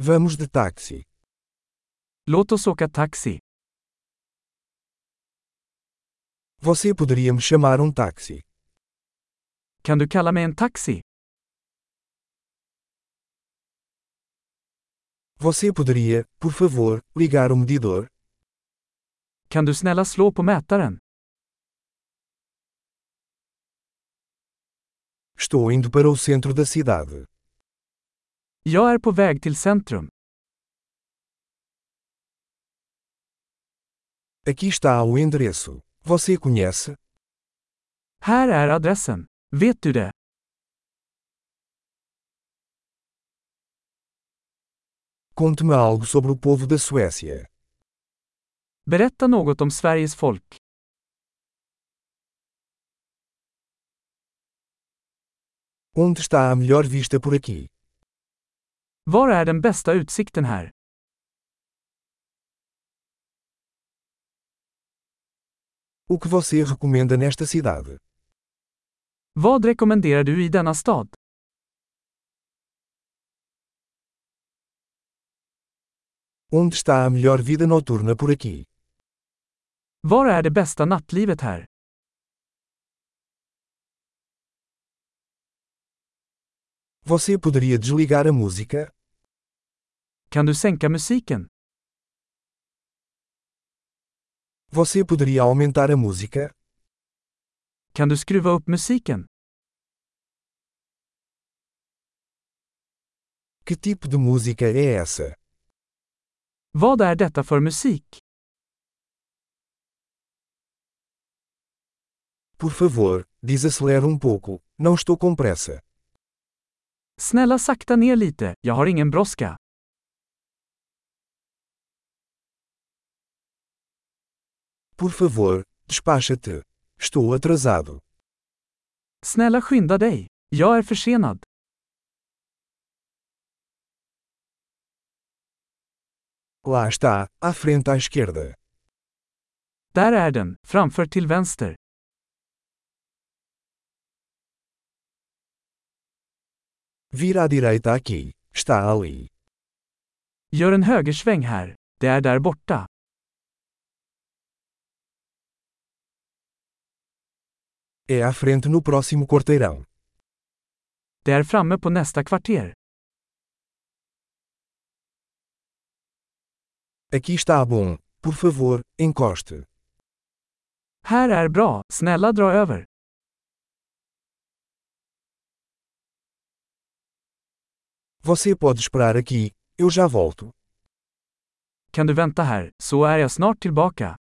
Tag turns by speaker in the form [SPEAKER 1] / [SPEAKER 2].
[SPEAKER 1] Vamos de táxi.
[SPEAKER 2] Låt oss åka taxi.
[SPEAKER 1] Você poderia me chamar um táxi?
[SPEAKER 2] Kan du kalla mig en taxi?
[SPEAKER 1] Você poderia, por favor, ligar o medidor?
[SPEAKER 2] Kan du snälla slå på mätaren?
[SPEAKER 1] Estou indo para o centro da cidade.
[SPEAKER 2] Jag är på väg till centrum.
[SPEAKER 1] Aqui está o endereço. Você conhece?
[SPEAKER 2] Här är adressen. Vet du det?
[SPEAKER 1] Conte-me algo sobre o povo da Suécia.
[SPEAKER 2] Berätta något om Sveriges folk.
[SPEAKER 1] Onde está a melhor vista por aqui?
[SPEAKER 2] Var är den bästa utsikten här?
[SPEAKER 1] O que você recomenda nesta cidade?
[SPEAKER 2] Vad rekommenderar du i denna stad?
[SPEAKER 1] Onde está a melhor vida noturna por aqui?
[SPEAKER 2] Var är det bästa nattlivet här?
[SPEAKER 1] Você poderia desligar a música?
[SPEAKER 2] Kan du sänka musiken?
[SPEAKER 1] Você poderia aumentar a música?
[SPEAKER 2] Kan du skruva upp musiken?
[SPEAKER 1] Que tipo de música é essa?
[SPEAKER 2] Vad är detta för musik?
[SPEAKER 1] Por favor, desacelera um pouco. Não estou com pressa.
[SPEAKER 2] Snälla sakta ner lite, jag har ingen brådska.
[SPEAKER 1] Por favor, despacha-te. Estou atrasado.
[SPEAKER 2] Snälla skynda dig. Jag är försenad.
[SPEAKER 1] Lá está, à frente à esquerda.
[SPEAKER 2] Där är den, framför till vänster.
[SPEAKER 1] Vira à direita aqui. Está ali.
[SPEAKER 2] Gör en högersväng här. Det är där borta.
[SPEAKER 1] É à frente no próximo quarteirão.
[SPEAKER 2] Det är framme på nästa kvarter.
[SPEAKER 1] Aqui está bom. Por favor, encoste.
[SPEAKER 2] Här är bra, snälla dra över.
[SPEAKER 1] Você pode esperar aqui. Eu já volto.
[SPEAKER 2] Kan du vänta här, så är jag snart tillbaka.